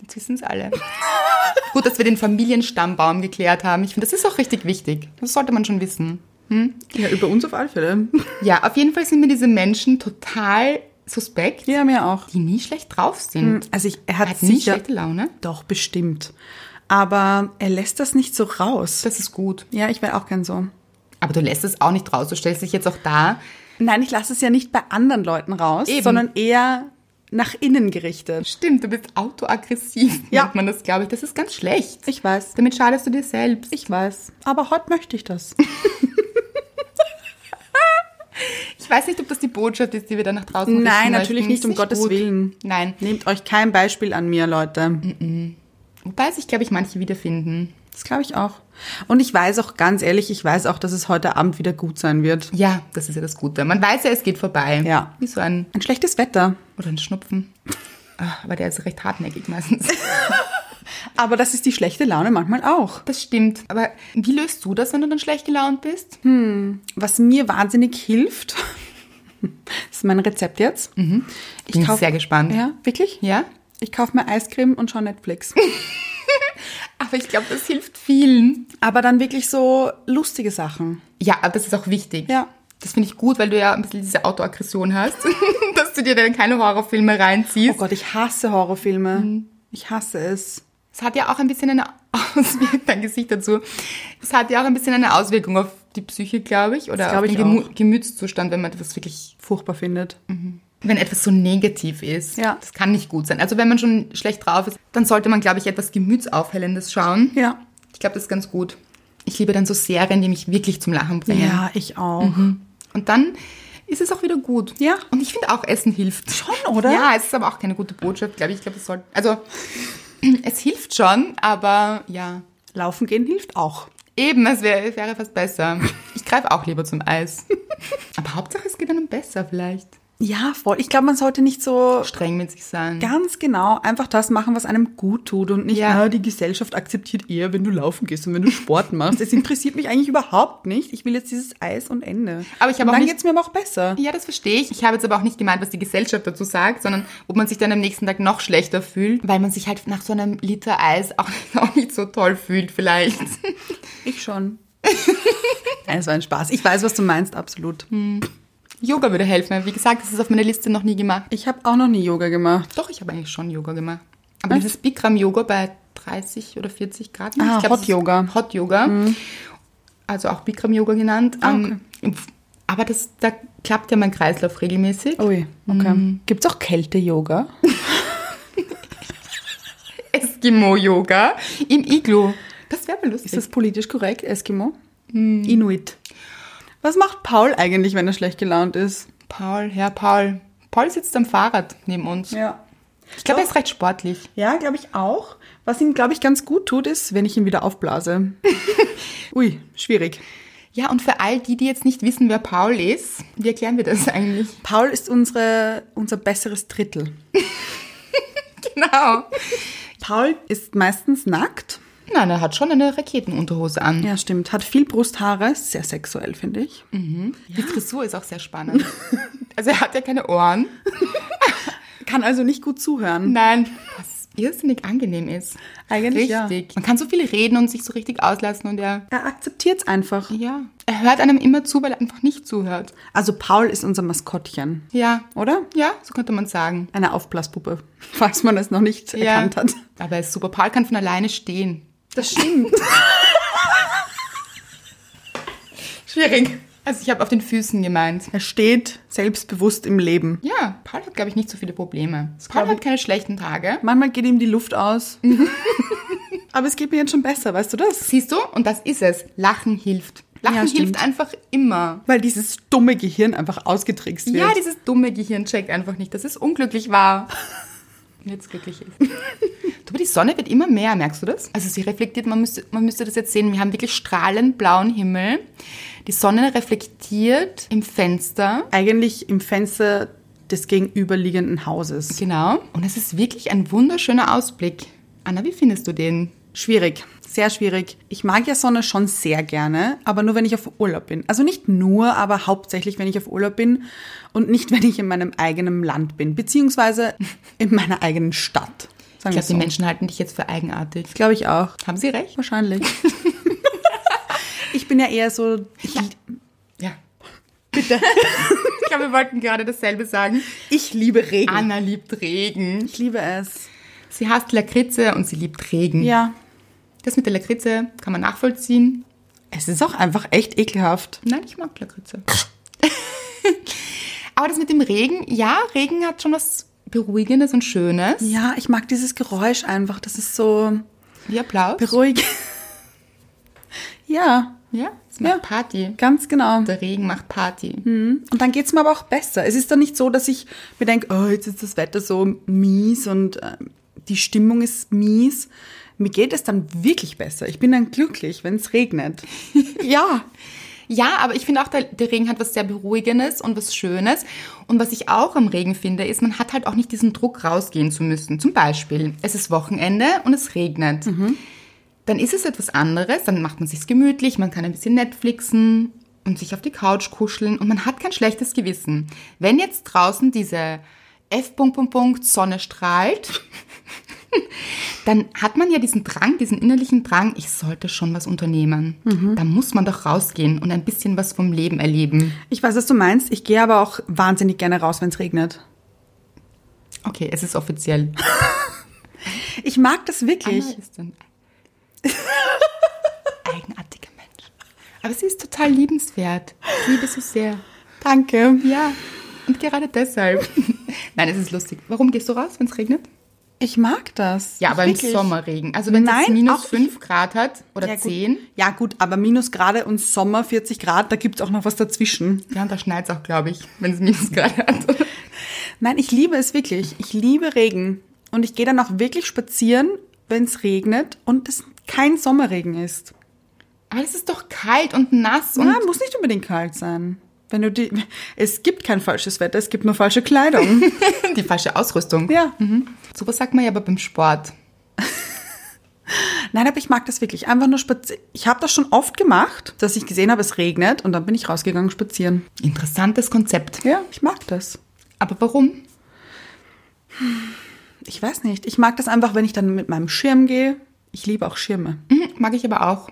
Speaker 2: Jetzt wissen es alle. Gut, dass wir den Familienstammbaum geklärt haben. Ich finde, das ist auch richtig wichtig. Das sollte man schon wissen.
Speaker 1: Ja, über uns auf alle Fälle.
Speaker 2: Ja, auf jeden Fall sind mir diese Menschen total suspekt,
Speaker 1: Ja, mir auch.
Speaker 2: die nie schlecht drauf sind.
Speaker 1: Also ich, er
Speaker 2: Er
Speaker 1: hat,
Speaker 2: hat nie
Speaker 1: sicher...
Speaker 2: schlechte Laune.
Speaker 1: Doch, bestimmt. Aber er lässt das nicht so raus.
Speaker 2: Das ist gut.
Speaker 1: ja, ich wäre auch gern so.
Speaker 2: Aber du lässt es auch nicht raus. Du stellst dich jetzt auch da.
Speaker 1: Nein, ich lasse es ja nicht bei anderen Leuten raus,
Speaker 2: Eben.
Speaker 1: sondern eher nach innen gerichtet.
Speaker 2: Stimmt, du bist autoaggressiv,
Speaker 1: Ja.
Speaker 2: nennt man das, glaube ich. Das ist ganz schlecht.
Speaker 1: Ich weiß.
Speaker 2: Damit schadest du dir selbst.
Speaker 1: Ich weiß. Aber heute möchte ich das.
Speaker 2: Ich weiß nicht, ob das die Botschaft ist, die wir dann nach draußen richten
Speaker 1: Nein, natürlich
Speaker 2: möchten.
Speaker 1: nicht,
Speaker 2: Ist
Speaker 1: um Gottes
Speaker 2: gut.
Speaker 1: Willen.
Speaker 2: Nein.
Speaker 1: Nehmt euch kein Beispiel an mir, Leute.
Speaker 2: Wobei sich, glaube ich, manche wiederfinden.
Speaker 1: Das glaube ich auch. Und ich weiß auch ganz ehrlich, ich weiß auch, dass es heute Abend wieder gut sein wird.
Speaker 2: Ja, das ist ja das Gute. Man weiß ja, es geht vorbei.
Speaker 1: Ja.
Speaker 2: Wie so ein,
Speaker 1: Ein schlechtes Wetter.
Speaker 2: oder ein Schnupfen. Ah, Aber der ist recht hartnäckig meistens.
Speaker 1: Aber das ist die schlechte Laune manchmal auch.
Speaker 2: Das stimmt. Aber wie löst du das, wenn du dann schlecht gelaunt bist?
Speaker 1: Was mir wahnsinnig hilft, ist mein Rezept jetzt. Mhm. Ich
Speaker 2: Bin
Speaker 1: kauf-
Speaker 2: sehr gespannt.
Speaker 1: Ja, wirklich?
Speaker 2: Ja?
Speaker 1: Ich kaufe mir Eiscreme und schaue Netflix.
Speaker 2: Aber ich glaube, das hilft vielen.
Speaker 1: Aber dann wirklich so lustige Sachen.
Speaker 2: Ja, aber das ist auch wichtig.
Speaker 1: Ja.
Speaker 2: Das finde ich gut, weil du ja ein bisschen diese Autoaggression hast, dass du dir dann keine Horrorfilme
Speaker 1: Oh
Speaker 2: reinziehst.
Speaker 1: Gott, ich hasse Horrorfilme. Ich hasse es.
Speaker 2: Es hat ja auch ein bisschen eine Auswirkung, dein Gesicht dazu. Es hat ja auch ein bisschen eine Auswirkung auf die Psyche, glaube ich, oder
Speaker 1: Das glaub
Speaker 2: auf den
Speaker 1: ich
Speaker 2: Gemu- Gemütszustand, wenn man etwas wirklich,
Speaker 1: Furchtbar findet.
Speaker 2: wenn etwas so negativ ist.
Speaker 1: Ja.
Speaker 2: Das kann nicht gut sein. Also wenn man schon schlecht drauf ist, dann sollte man, glaube ich, etwas Gemütsaufhellendes schauen.
Speaker 1: Ja.
Speaker 2: Ich glaube, das ist ganz gut. Ich liebe dann so Serien, die mich wirklich zum Lachen bringen.
Speaker 1: Ja, ich auch.
Speaker 2: Und dann ist es auch wieder gut.
Speaker 1: Ja.
Speaker 2: Und ich finde auch, Essen hilft.
Speaker 1: Schon, oder?
Speaker 2: Ja, es ist aber auch keine gute Botschaft, glaube ich. Ich glaube, es sollte, also, es hilft schon, aber ja.
Speaker 1: Laufen gehen hilft auch.
Speaker 2: Eben, es wär, wäre fast besser. Ich greife auch lieber zum Eis. Aber Hauptsache, es geht einem besser vielleicht.
Speaker 1: Ja, voll. Ich glaube, man sollte nicht so
Speaker 2: Streng mit sich sein.
Speaker 1: ganz genau einfach das machen, was einem gut tut und nicht,
Speaker 2: Ja.
Speaker 1: ah, die Gesellschaft akzeptiert eher, wenn du laufen gehst und wenn du Sport machst. Es interessiert mich eigentlich überhaupt nicht. Ich will jetzt dieses Eis und Ende.
Speaker 2: Aber ich habe
Speaker 1: und
Speaker 2: auch
Speaker 1: dann
Speaker 2: nicht-
Speaker 1: geht's mir aber auch besser.
Speaker 2: Ja, das verstehe ich. Ich habe jetzt aber auch nicht gemeint, was die Gesellschaft dazu sagt, sondern ob man sich dann am nächsten Tag noch schlechter fühlt, weil man sich halt nach so einem Liter Eis auch nicht, auch nicht so toll fühlt vielleicht.
Speaker 1: Ich schon. Nein, es war ein Spaß. Ich weiß, was du meinst, absolut.
Speaker 2: Yoga würde helfen. Wie gesagt, das ist auf meiner Liste noch nie gemacht.
Speaker 1: Ich habe auch noch nie Yoga gemacht.
Speaker 2: Doch, ich habe eigentlich schon Yoga gemacht. Aber dieses Bikram-Yoga bei 30 oder 40 Grad. ne?
Speaker 1: Ah,
Speaker 2: Ich glaub,
Speaker 1: Hot
Speaker 2: das ist
Speaker 1: Yoga. Mhm.
Speaker 2: Hot Yoga. Also auch Bikram-Yoga genannt.
Speaker 1: Ah,
Speaker 2: Ähm, Aber das, da klappt ja mein Kreislauf regelmäßig.
Speaker 1: Ui, Oh okay. Gibt's auch Kälte-Yoga?
Speaker 2: Eskimo-Yoga im Iglu. Das wäre mal lustig.
Speaker 1: Ist das politisch korrekt, Eskimo? Hm. Inuit. Was macht Paul eigentlich, wenn er schlecht gelaunt ist?
Speaker 2: Paul, Herr Paul. Paul sitzt am Fahrrad neben uns.
Speaker 1: Ja.
Speaker 2: Ich glaube, er ist recht sportlich.
Speaker 1: Ja, glaube ich auch. Was ihm, glaube ich, ganz gut tut, ist, wenn ich ihn wieder aufblase. Ui, schwierig.
Speaker 2: Ja, und für all die, die jetzt nicht wissen, wer Paul ist, wie erklären wir das eigentlich?
Speaker 1: Paul ist unsere, unser besseres Drittel.
Speaker 2: Genau.
Speaker 1: Paul ist meistens nackt.
Speaker 2: Nein, er hat schon eine Raketenunterhose an.
Speaker 1: Ja, Mhm. stimmt. Hat viel Brusthaare. Sehr sexuell, finde ich.
Speaker 2: Die Frisur ist auch sehr spannend. Also er hat ja keine Ohren.
Speaker 1: Kann also nicht gut zuhören.
Speaker 2: Nein. Was irrsinnig angenehm ist.
Speaker 1: Eigentlich ja.
Speaker 2: richtig. Man kann so viel reden und sich so richtig auslassen und er,
Speaker 1: Er akzeptiert es einfach.
Speaker 2: ja, er hört einem immer zu, weil er einfach nicht zuhört.
Speaker 1: Also Paul ist unser Maskottchen,
Speaker 2: Ja.
Speaker 1: oder?
Speaker 2: Ja, so könnte man sagen.
Speaker 1: Eine Aufblaspuppe, falls man es noch nicht erkannt
Speaker 2: ja.
Speaker 1: hat.
Speaker 2: Aber er ist super. Paul kann von alleine stehen.
Speaker 1: Das stimmt.
Speaker 2: Schwierig. Also ich habe auf den Füßen gemeint.
Speaker 1: Er steht selbstbewusst im Leben.
Speaker 2: Ja, Paul hat, glaube ich, nicht so viele Probleme. Paul
Speaker 1: glaub ich-
Speaker 2: hat keine schlechten Tage.
Speaker 1: Manchmal geht ihm die Luft aus. Aber es geht mir jetzt schon besser, weißt du das?
Speaker 2: Siehst du? Und das ist es. Lachen hilft. Lachen
Speaker 1: Ja,
Speaker 2: hilft
Speaker 1: stimmt.
Speaker 2: einfach immer.
Speaker 1: Weil dieses dumme Gehirn einfach ausgetrickst wird.
Speaker 2: Ja, dieses dumme Gehirn checkt einfach nicht, dass es unglücklich war. Und jetzt glücklich ist. Du, aber die Sonne wird immer mehr, merkst du das? Also sie reflektiert, man müsste, man müsste das jetzt sehen, wir haben wirklich strahlend blauen Himmel. Die Sonne reflektiert im Fenster.
Speaker 1: Eigentlich im Fenster des gegenüberliegenden Hauses.
Speaker 2: Genau. Und es ist wirklich ein wunderschöner Ausblick. Anna, wie findest du den?
Speaker 1: Schwierig, sehr schwierig. Ich mag ja Sonne schon sehr gerne, aber nur wenn ich auf Urlaub bin. Also nicht nur, aber hauptsächlich, wenn ich auf Urlaub bin und nicht, wenn ich in meinem eigenen Land bin, beziehungsweise in meiner eigenen Stadt.
Speaker 2: Ich
Speaker 1: Sagen wir
Speaker 2: glaube,
Speaker 1: es
Speaker 2: die
Speaker 1: so.
Speaker 2: Menschen halten dich jetzt für eigenartig.
Speaker 1: Glaube ich auch.
Speaker 2: Haben sie recht?
Speaker 1: Wahrscheinlich. ich bin ja eher so, ich,
Speaker 2: Ja. Bitte. ich glaube, wir wollten gerade dasselbe sagen.
Speaker 1: ich liebe Regen.
Speaker 2: Anna liebt Regen.
Speaker 1: Ich liebe es.
Speaker 2: Sie hasst Lakritze und sie liebt Regen.
Speaker 1: Ja.
Speaker 2: Das mit der Lakritze kann man nachvollziehen.
Speaker 1: Es ist auch einfach echt ekelhaft.
Speaker 2: Nein, ich mag Lakritze. Aber das mit dem Regen, ja, Regen hat schon was Beruhigendes und Schönes.
Speaker 1: Ja, ich mag dieses Geräusch einfach. Das ist so
Speaker 2: Wie Applaus.
Speaker 1: beruhigend. ja,
Speaker 2: ja, es macht
Speaker 1: Ja.
Speaker 2: Party.
Speaker 1: ganz genau.
Speaker 2: Der Regen macht Party.
Speaker 1: Und dann geht's mir aber auch besser. Es ist dann nicht so, dass ich mir denke, oh, jetzt ist das Wetter so mies und äh, die Stimmung ist mies. Mir geht es dann wirklich besser. Ich bin dann glücklich, wenn es regnet. ja.
Speaker 2: Ja, aber ich finde auch, der, der Regen hat was sehr Beruhigendes und was Schönes. Und was ich auch am Regen finde, ist, man hat halt auch nicht diesen Druck, rausgehen zu müssen. Zum Beispiel, es ist Wochenende und es regnet. Dann ist es etwas anderes, dann macht man sich's gemütlich, man kann ein bisschen Netflixen und sich auf die Couch kuscheln und man hat kein schlechtes Gewissen. Wenn jetzt draußen diese F. Punkt, Punkt, Punkt, Sonne strahlt, dann hat man ja diesen Drang, diesen innerlichen Drang, ich sollte schon was unternehmen.
Speaker 1: Mhm.
Speaker 2: Da muss man doch rausgehen und ein bisschen was vom Leben erleben.
Speaker 1: Ich weiß, was du meinst. Ich gehe aber auch wahnsinnig gerne raus, wenn es regnet.
Speaker 2: Okay, es ist offiziell.
Speaker 1: Ich mag das wirklich.
Speaker 2: Anna ist ein eigenartiger Mensch. Aber sie ist total liebenswert. Ich liebe sie sehr.
Speaker 1: Danke.
Speaker 2: Ja, und gerade deshalb. Nein, es ist lustig. Warum gehst du raus, wenn es regnet?
Speaker 1: Ich mag das.
Speaker 2: Ja, aber im
Speaker 1: Wirklich.
Speaker 2: Sommerregen. Also wenn es
Speaker 1: Nein,
Speaker 2: minus
Speaker 1: auch-
Speaker 2: 5 Grad hat oder
Speaker 1: Ja, gut.
Speaker 2: 10,
Speaker 1: Ja, gut, aber Minusgrade und Sommer 40 Grad, da gibt's auch noch was dazwischen.
Speaker 2: ja, und da schneit es auch, glaube ich, wenn es minus Grad hat.
Speaker 1: Nein, ich liebe es wirklich. Ich liebe Regen. Und ich gehe dann auch wirklich spazieren, wenn's regnet und es kein Sommerregen ist.
Speaker 2: Aber es ist doch kalt und nass und
Speaker 1: Na, muss nicht unbedingt kalt sein. Wenn du die, es gibt kein falsches Wetter, es gibt nur falsche Kleidung.
Speaker 2: die falsche Ausrüstung.
Speaker 1: ja.
Speaker 2: Sowas sagt man ja aber beim Sport.
Speaker 1: Nein, aber ich mag das wirklich. Einfach nur spazieren. Ich habe das schon oft gemacht, dass ich gesehen habe, es regnet und dann bin ich rausgegangen spazieren.
Speaker 2: Interessantes Konzept.
Speaker 1: Ja, ich mag das.
Speaker 2: Aber warum?
Speaker 1: Ich weiß nicht. Ich mag das einfach, wenn ich dann mit meinem Schirm gehe. Ich liebe auch Schirme.
Speaker 2: Mhm, mag ich aber auch.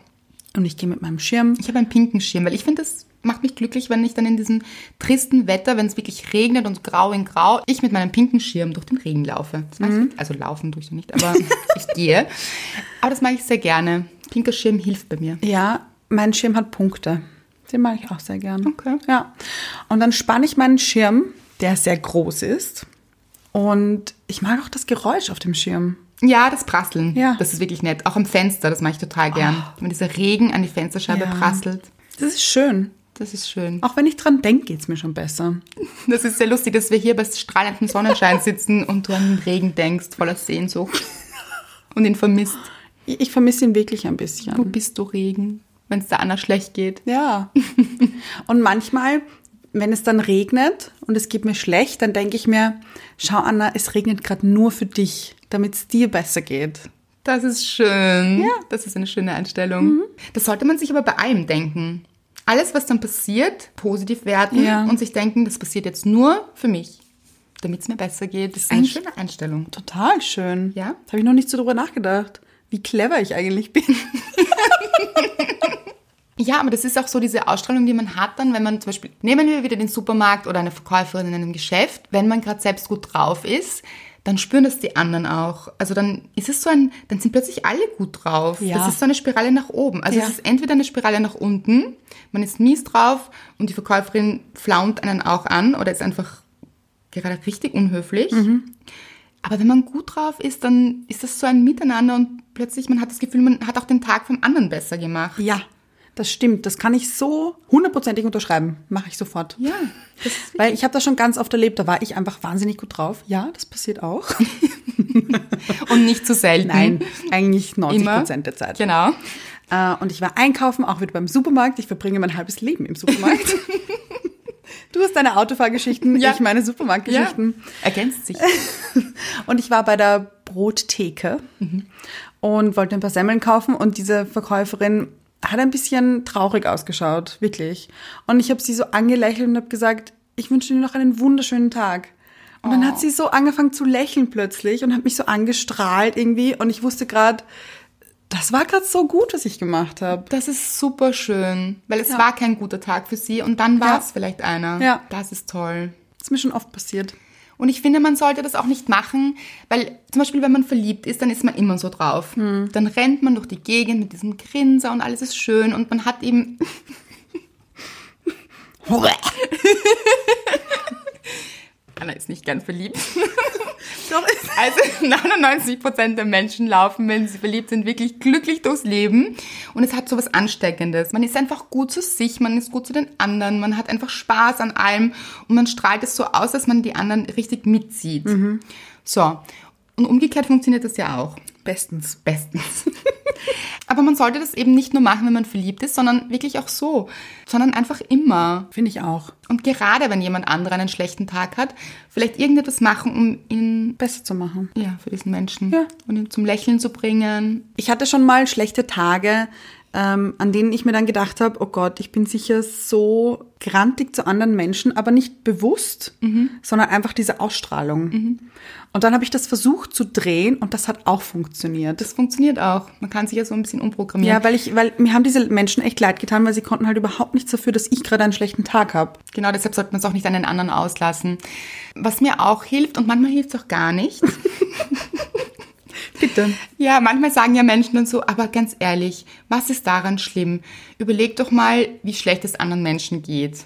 Speaker 1: Und ich gehe mit meinem Schirm.
Speaker 2: Ich habe einen pinken Schirm, weil ich finde, das macht mich glücklich, wenn ich dann in diesem tristen Wetter, wenn es wirklich regnet und grau in grau, ich mit meinem pinken Schirm durch den Regen laufe. Das mag
Speaker 1: Mhm.
Speaker 2: ich, also laufen tue ich noch nicht, aber ich gehe. Aber das mag ich sehr gerne. Pinker Schirm hilft bei mir.
Speaker 1: Ja, mein Schirm hat Punkte. Den mag ich auch sehr gern.
Speaker 2: Okay.
Speaker 1: Ja. Und dann spanne ich meinen Schirm, der sehr groß ist. Und ich mag auch das Geräusch auf dem Schirm.
Speaker 2: Ja, das Prasseln,
Speaker 1: Ja. Oh.
Speaker 2: das ist wirklich nett. Auch am Fenster, das mache ich total gern. Wenn dieser Regen an die Fensterscheibe
Speaker 1: Ja.
Speaker 2: prasselt,
Speaker 1: Das ist schön.
Speaker 2: das ist schön.
Speaker 1: Auch wenn ich dran denke, geht's mir schon besser.
Speaker 2: Das ist sehr lustig, dass wir hier bei strahlendem Sonnenschein sitzen und du an den Regen denkst, voller Sehnsucht und ihn vermisst.
Speaker 1: Ich, ich vermisse ihn wirklich ein bisschen.
Speaker 2: Wo bist du, Regen? Wenn es der Anna schlecht geht.
Speaker 1: Ja. und manchmal, wenn es dann regnet und es geht mir schlecht, dann denke ich mir, schau Anna, es regnet gerade nur für dich, damit es dir besser geht.
Speaker 2: Das ist schön. Ja. Mhm. Das ist eine schöne Einstellung. Das sollte man sich aber bei allem denken. Alles, was dann passiert, positiv werten
Speaker 1: Ja.
Speaker 2: und sich denken, das passiert jetzt nur für mich, damit es mir besser geht. Das ist eine
Speaker 1: Eigentlich-
Speaker 2: schöne Einstellung.
Speaker 1: Total schön.
Speaker 2: Ja?
Speaker 1: Da habe ich noch nicht so drüber nachgedacht, wie clever ich eigentlich bin.
Speaker 2: Ja, aber das ist auch so diese Ausstrahlung, die man hat dann, wenn man zum Beispiel, nehmen wir wieder den Supermarkt oder eine Verkäuferin in einem Geschäft, wenn man gerade selbst gut drauf ist, dann spüren das die anderen auch. Also dann ist es so ein, dann sind plötzlich alle gut drauf.
Speaker 1: Ja.
Speaker 2: Das ist so eine Spirale nach oben. Also
Speaker 1: Ja.
Speaker 2: es ist entweder eine Spirale nach unten, man ist mies drauf und die Verkäuferin flaumt einen auch an oder ist einfach gerade richtig unhöflich.
Speaker 1: Mhm.
Speaker 2: Aber wenn man gut drauf ist, dann ist das so ein Miteinander und plötzlich man hat das Gefühl, man hat auch den Tag vom anderen besser gemacht.
Speaker 1: Ja, das stimmt. Das kann ich so hundertprozentig unterschreiben. Mache ich sofort.
Speaker 2: Ja, das ist
Speaker 1: Weil ich habe das schon ganz oft erlebt, da war ich einfach wahnsinnig gut drauf. Ja, das passiert auch.
Speaker 2: Und nicht zu selten.
Speaker 1: Nein, eigentlich 90
Speaker 2: immer.
Speaker 1: Prozent der Zeit.
Speaker 2: Genau.
Speaker 1: Äh, und ich war einkaufen, auch wieder beim Supermarkt. Ich verbringe mein halbes Leben im Supermarkt. Du hast deine Autofahrgeschichten,
Speaker 2: Ja. Äh,
Speaker 1: ich meine Supermarktgeschichten.
Speaker 2: Ergänzt sich.
Speaker 1: Und ich war bei der Brottheke und wollte ein paar Semmeln kaufen und diese Verkäuferin hat ein bisschen traurig ausgeschaut, wirklich. Und ich habe sie so angelächelt und habe gesagt, ich wünsche dir noch einen wunderschönen Tag. Und dann hat sie so angefangen zu lächeln plötzlich und hat mich so angestrahlt irgendwie und ich wusste gerade, das war gerade so gut, was ich gemacht habe.
Speaker 2: Das ist super schön, weil es
Speaker 1: Ja.
Speaker 2: war kein guter Tag für sie und dann war
Speaker 1: Ja.
Speaker 2: es vielleicht einer.
Speaker 1: Ja.
Speaker 2: Das ist toll.
Speaker 1: Das ist mir schon oft passiert.
Speaker 2: Und ich finde, man sollte das auch nicht machen, weil zum Beispiel, wenn man verliebt ist, dann ist man immer so drauf. Dann rennt man durch die Gegend mit diesem Grinser und alles ist schön und man hat eben, Anna ist nicht gern verliebt.
Speaker 1: Doch,
Speaker 2: Also 99% der Menschen laufen, wenn sie verliebt sind, wirklich glücklich durchs Leben. Und es hat so was Ansteckendes. Man ist einfach gut zu sich, man ist gut zu den anderen, man hat einfach Spaß an allem und man strahlt es so aus, dass man die anderen richtig mitzieht. So, und umgekehrt funktioniert das ja auch.
Speaker 1: bestens.
Speaker 2: Bestens. Aber man sollte das eben nicht nur machen, wenn man verliebt ist, sondern wirklich auch so. Sondern einfach immer.
Speaker 1: Finde ich auch.
Speaker 2: Und gerade wenn jemand anderer einen schlechten Tag hat, vielleicht irgendetwas machen, um ihn
Speaker 1: Besser zu machen.
Speaker 2: ja, für diesen Menschen.
Speaker 1: Ja.
Speaker 2: Und ihn zum Lächeln zu bringen.
Speaker 1: Ich hatte schon mal schlechte Tage, ähm, an denen ich mir dann gedacht habe, oh Gott, ich bin sicher so grantig zu anderen Menschen, aber nicht bewusst, sondern einfach diese Ausstrahlung. Und dann habe ich das versucht zu drehen und das hat auch funktioniert.
Speaker 2: Das funktioniert auch. Man kann sich ja so ein bisschen umprogrammieren.
Speaker 1: ja, weil ich, weil mir haben diese Menschen echt leid getan, weil sie konnten halt überhaupt nichts dafür, dass ich gerade einen schlechten Tag habe.
Speaker 2: genau deshalb sollte man es auch nicht an den anderen auslassen. Was mir auch hilft, und manchmal hilft es auch gar nicht.
Speaker 1: Bitte.
Speaker 2: ja, manchmal sagen ja Menschen dann so, aber ganz ehrlich, was ist daran schlimm? Überleg doch mal, wie schlecht es anderen Menschen geht.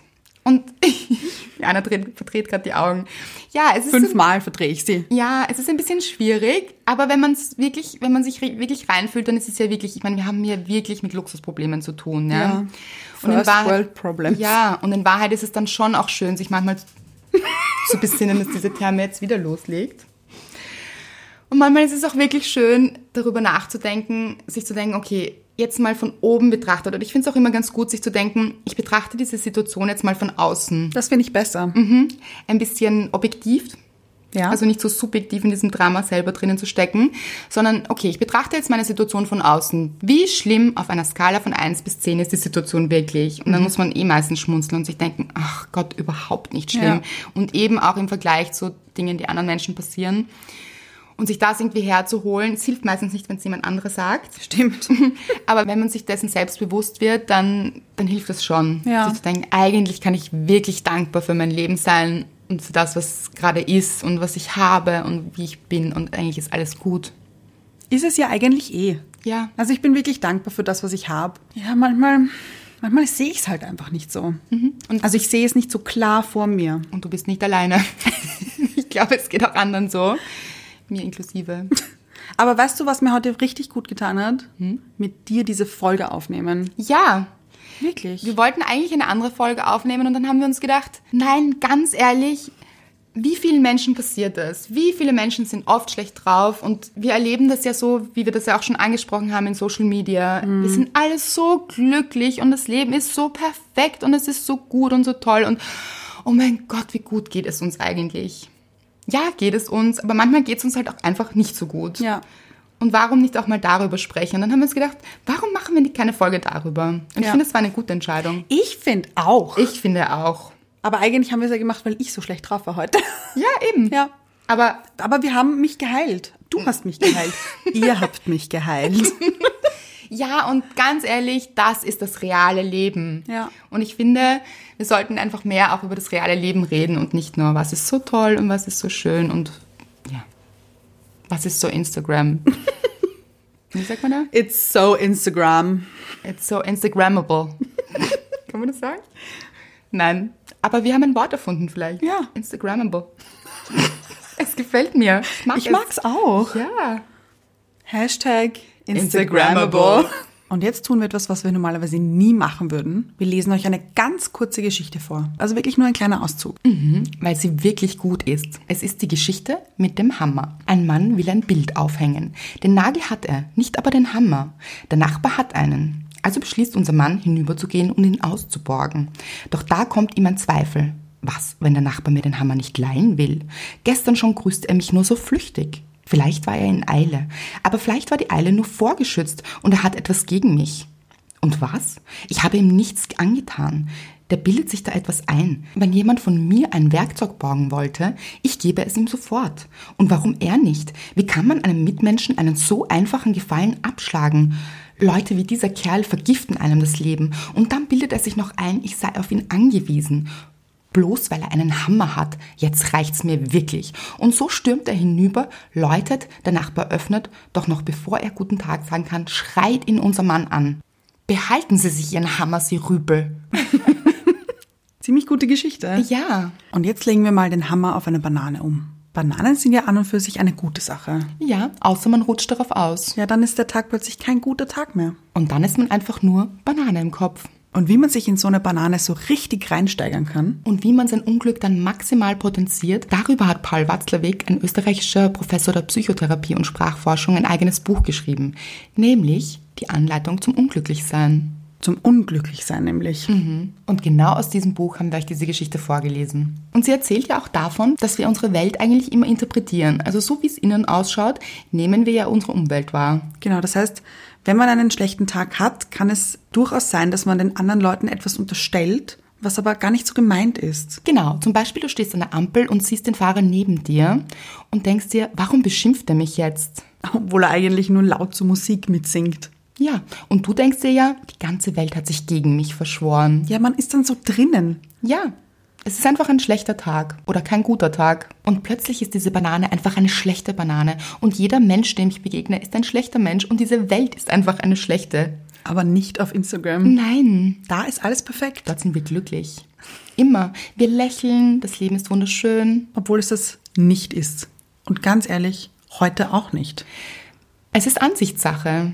Speaker 2: Und Anna dreht, verdreht gerade die Augen. Ja, es ist ein
Speaker 1: Fünfmal verdrehe ich sie.
Speaker 2: Ja, es ist ein bisschen schwierig, aber wenn man es wirklich, wenn man sich re- wirklich reinfühlt, dann ist es ja wirklich, ich meine, wir haben hier wirklich mit Luxusproblemen zu tun, ja.
Speaker 1: Ja. First World Problems.
Speaker 2: Ja, und in Wahrheit ist es dann schon auch schön, sich manchmal zu besinnen, dass diese Therme jetzt wieder loslegt. Und manchmal ist es auch wirklich schön, darüber nachzudenken, sich zu denken, okay, jetzt mal von oben betrachtet. Und ich finde es auch immer ganz gut, sich zu denken, ich betrachte diese Situation jetzt mal von außen.
Speaker 1: Das finde ich besser.
Speaker 2: Ein bisschen objektiv,
Speaker 1: Mhm. Ja.
Speaker 2: also nicht so subjektiv in diesem Drama selber drinnen zu stecken, sondern okay, ich betrachte jetzt meine Situation von außen. Wie schlimm auf einer Skala von 1 bis 10 ist die Situation wirklich? Und dann
Speaker 1: Mhm.
Speaker 2: muss man eh meistens schmunzeln und sich denken, ach Gott, überhaupt nicht schlimm.
Speaker 1: Ja.
Speaker 2: Und eben auch im Vergleich zu Dingen, die anderen Menschen passieren. Und sich das irgendwie herzuholen, es hilft meistens nicht, wenn es jemand anderes sagt.
Speaker 1: stimmt.
Speaker 2: Aber wenn man sich dessen selbst bewusst wird, dann, dann hilft es schon,
Speaker 1: Ja.
Speaker 2: sich zu denken, eigentlich kann ich wirklich dankbar für mein Leben sein und für das, was gerade ist und was ich habe und wie ich bin und eigentlich ist alles gut.
Speaker 1: Ist es ja eigentlich eh.
Speaker 2: Ja.
Speaker 1: Also ich bin wirklich dankbar für das, was ich habe. Ja, manchmal, manchmal sehe ich es halt einfach nicht so.
Speaker 2: Und-
Speaker 1: also ich sehe es nicht so klar vor mir.
Speaker 2: Und du bist nicht alleine. ich glaube, es geht auch anderen so. Mir inklusive.
Speaker 1: Aber weißt du, was mir heute richtig gut getan hat? Mit dir diese Folge aufnehmen.
Speaker 2: Ja.
Speaker 1: Wirklich.
Speaker 2: Wir wollten eigentlich eine andere Folge aufnehmen und dann haben wir uns gedacht, nein, ganz ehrlich, wie vielen Menschen passiert das? Wie viele Menschen sind oft schlecht drauf? Und wir erleben das ja so, wie wir das ja auch schon angesprochen haben in Social Media. Wir sind alle so glücklich und das Leben ist so perfekt und es ist so gut und so toll und oh mein Gott, wie gut geht es uns eigentlich? Ja, geht es uns, aber manchmal geht es uns halt auch einfach nicht so gut.
Speaker 1: Ja.
Speaker 2: Und warum nicht auch mal darüber sprechen? Und dann haben wir uns gedacht, warum machen wir nicht keine Folge darüber? Und ich
Speaker 1: Ja.
Speaker 2: finde, das war eine gute Entscheidung.
Speaker 1: Ich finde auch.
Speaker 2: Ich finde auch.
Speaker 1: Aber eigentlich haben wir es ja gemacht, weil ich so schlecht drauf war heute.
Speaker 2: Ja, eben.
Speaker 1: ja.
Speaker 2: Aber
Speaker 1: Aber wir haben mich geheilt. Du hast mich geheilt. Ihr habt mich geheilt.
Speaker 2: ja, und ganz ehrlich, das ist das reale Leben.
Speaker 1: Ja.
Speaker 2: Und ich finde, wir sollten einfach mehr auch über das reale Leben reden und nicht nur, was ist so toll und was ist so schön und ja, was ist so Instagram. Wie sagt man da?
Speaker 1: It's so Instagram.
Speaker 2: It's so Instagrammable. Kann man das sagen? Nein. Aber wir haben ein Wort erfunden vielleicht.
Speaker 1: Ja.
Speaker 2: Instagrammable. es gefällt mir. mag
Speaker 1: Ich
Speaker 2: es.
Speaker 1: mag's auch.
Speaker 2: Ja.
Speaker 1: Hashtag
Speaker 2: Instagrammable.
Speaker 1: Instagrammable. Und jetzt tun wir etwas, was wir normalerweise nie machen würden. Wir lesen euch eine ganz kurze Geschichte vor. Also wirklich nur ein kleiner Auszug.
Speaker 2: weil sie wirklich gut ist. Es ist die Geschichte mit dem Hammer. Ein Mann will ein Bild aufhängen. Den Nagel hat er, nicht aber den Hammer. Der Nachbar hat einen. Also beschließt unser Mann, hinüberzugehen und ihn auszuborgen. Doch da kommt ihm ein Zweifel. Was, wenn der Nachbar mir den Hammer nicht leihen will? Gestern schon grüßt er mich nur so flüchtig. Vielleicht war er in Eile, aber vielleicht war die Eile nur vorgeschützt und er hat etwas gegen mich. Und was? Ich habe ihm nichts angetan. Der bildet sich da etwas ein. Wenn jemand von mir ein Werkzeug borgen wollte, ich gebe es ihm sofort. Und warum er nicht? Wie kann man einem Mitmenschen einen so einfachen Gefallen abschlagen? Leute wie dieser Kerl vergiften einem das Leben und dann bildet er sich noch ein, ich sei auf ihn angewiesen. Bloß weil er einen Hammer hat, jetzt reicht's mir wirklich. Und so stürmt er hinüber, läutet, der Nachbar öffnet, doch noch bevor er guten Tag sagen kann, schreit ihn unser Mann an. Behalten Sie sich Ihren Hammer, Sie Rüpel.
Speaker 1: Ziemlich gute Geschichte.
Speaker 2: Ja,
Speaker 1: Und jetzt legen wir mal den Hammer auf eine Banane um. Bananen sind ja an und für sich eine gute Sache.
Speaker 2: ja, außer man rutscht darauf aus.
Speaker 1: Ja, dann ist der Tag plötzlich kein guter Tag mehr.
Speaker 2: Und dann ist man einfach nur Banane im Kopf.
Speaker 1: Und wie man sich in so eine Banane so richtig reinsteigern kann,
Speaker 2: Und wie man sein Unglück dann maximal potenziert, darüber hat Paul Watzlawick, ein österreichischer Professor der Psychotherapie und Sprachforschung, ein eigenes Buch geschrieben, nämlich Die Anleitung zum Unglücklichsein.
Speaker 1: zum Unglücklichsein nämlich.
Speaker 2: Und genau aus diesem Buch haben wir euch diese Geschichte vorgelesen. Und sie erzählt ja auch davon, dass wir unsere Welt eigentlich immer interpretieren. Also so wie es innen ausschaut, nehmen wir ja unsere Umwelt wahr.
Speaker 1: Genau, das heißt, wenn man einen schlechten Tag hat, kann es durchaus sein, dass man den anderen Leuten etwas unterstellt, was aber gar nicht so gemeint ist.
Speaker 2: Genau, zum Beispiel du stehst an der Ampel und siehst den Fahrer neben dir und denkst dir, warum beschimpft er mich jetzt?
Speaker 1: Obwohl er eigentlich nur laut zur Musik mitsingt.
Speaker 2: Ja, und du denkst dir ja, die ganze Welt hat sich gegen mich verschworen.
Speaker 1: Ja, man ist dann so drinnen.
Speaker 2: Ja, es ist einfach ein schlechter Tag oder kein guter Tag. Und plötzlich ist diese Banane einfach eine schlechte Banane. Und jeder Mensch, dem ich begegne, ist ein schlechter Mensch und diese Welt ist einfach eine schlechte.
Speaker 1: Aber nicht auf Instagram.
Speaker 2: Nein,
Speaker 1: Da ist alles perfekt.
Speaker 2: dort sind wir glücklich. Immer. Wir lächeln, das Leben ist wunderschön.
Speaker 1: Obwohl es das nicht ist. Und ganz ehrlich, heute auch nicht.
Speaker 2: Es ist Ansichtssache.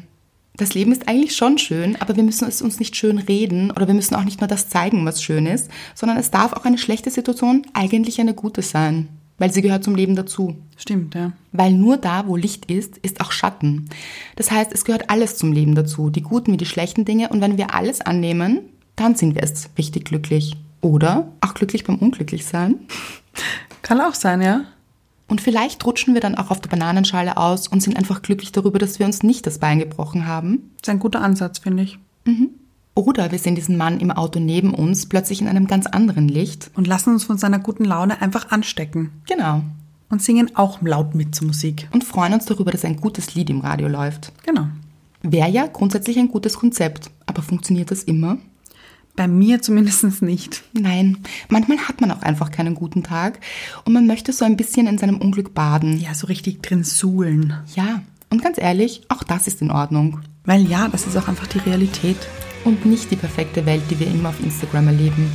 Speaker 2: Das Leben ist eigentlich schon schön, aber wir müssen es uns nicht schön reden oder wir müssen auch nicht nur das zeigen, was schön ist, sondern es darf auch eine schlechte Situation eigentlich eine gute sein, weil sie gehört zum Leben dazu.
Speaker 1: Stimmt, ja.
Speaker 2: Weil nur da, wo Licht ist, ist auch Schatten. Das heißt, es gehört alles zum Leben dazu, die guten wie die schlechten Dinge und wenn wir alles annehmen, dann sind wir es richtig glücklich. Oder auch glücklich beim Unglücklichsein.
Speaker 1: Kann auch sein, ja.
Speaker 2: Und vielleicht rutschen wir dann auch auf der Bananenschale aus und sind einfach glücklich darüber, dass wir uns nicht das Bein gebrochen haben.
Speaker 1: Ist ein guter Ansatz, finde ich.
Speaker 2: Oder wir sehen diesen Mann im Auto neben uns plötzlich in einem ganz anderen Licht.
Speaker 1: Und lassen uns von seiner guten Laune einfach anstecken.
Speaker 2: Genau.
Speaker 1: Und singen auch laut mit zur Musik.
Speaker 2: Und freuen uns darüber, dass ein gutes Lied im Radio läuft.
Speaker 1: Genau.
Speaker 2: Wäre ja grundsätzlich ein gutes Konzept, aber funktioniert das immer?
Speaker 1: Bei mir zumindest nicht.
Speaker 2: Nein, manchmal hat man auch einfach keinen guten Tag und man möchte so ein bisschen in seinem Unglück baden.
Speaker 1: Ja, so richtig drin suhlen.
Speaker 2: Ja, und ganz ehrlich, auch das ist in Ordnung.
Speaker 1: Weil ja, das ist auch einfach die Realität.
Speaker 2: Und nicht die perfekte Welt, die wir immer auf Instagram erleben.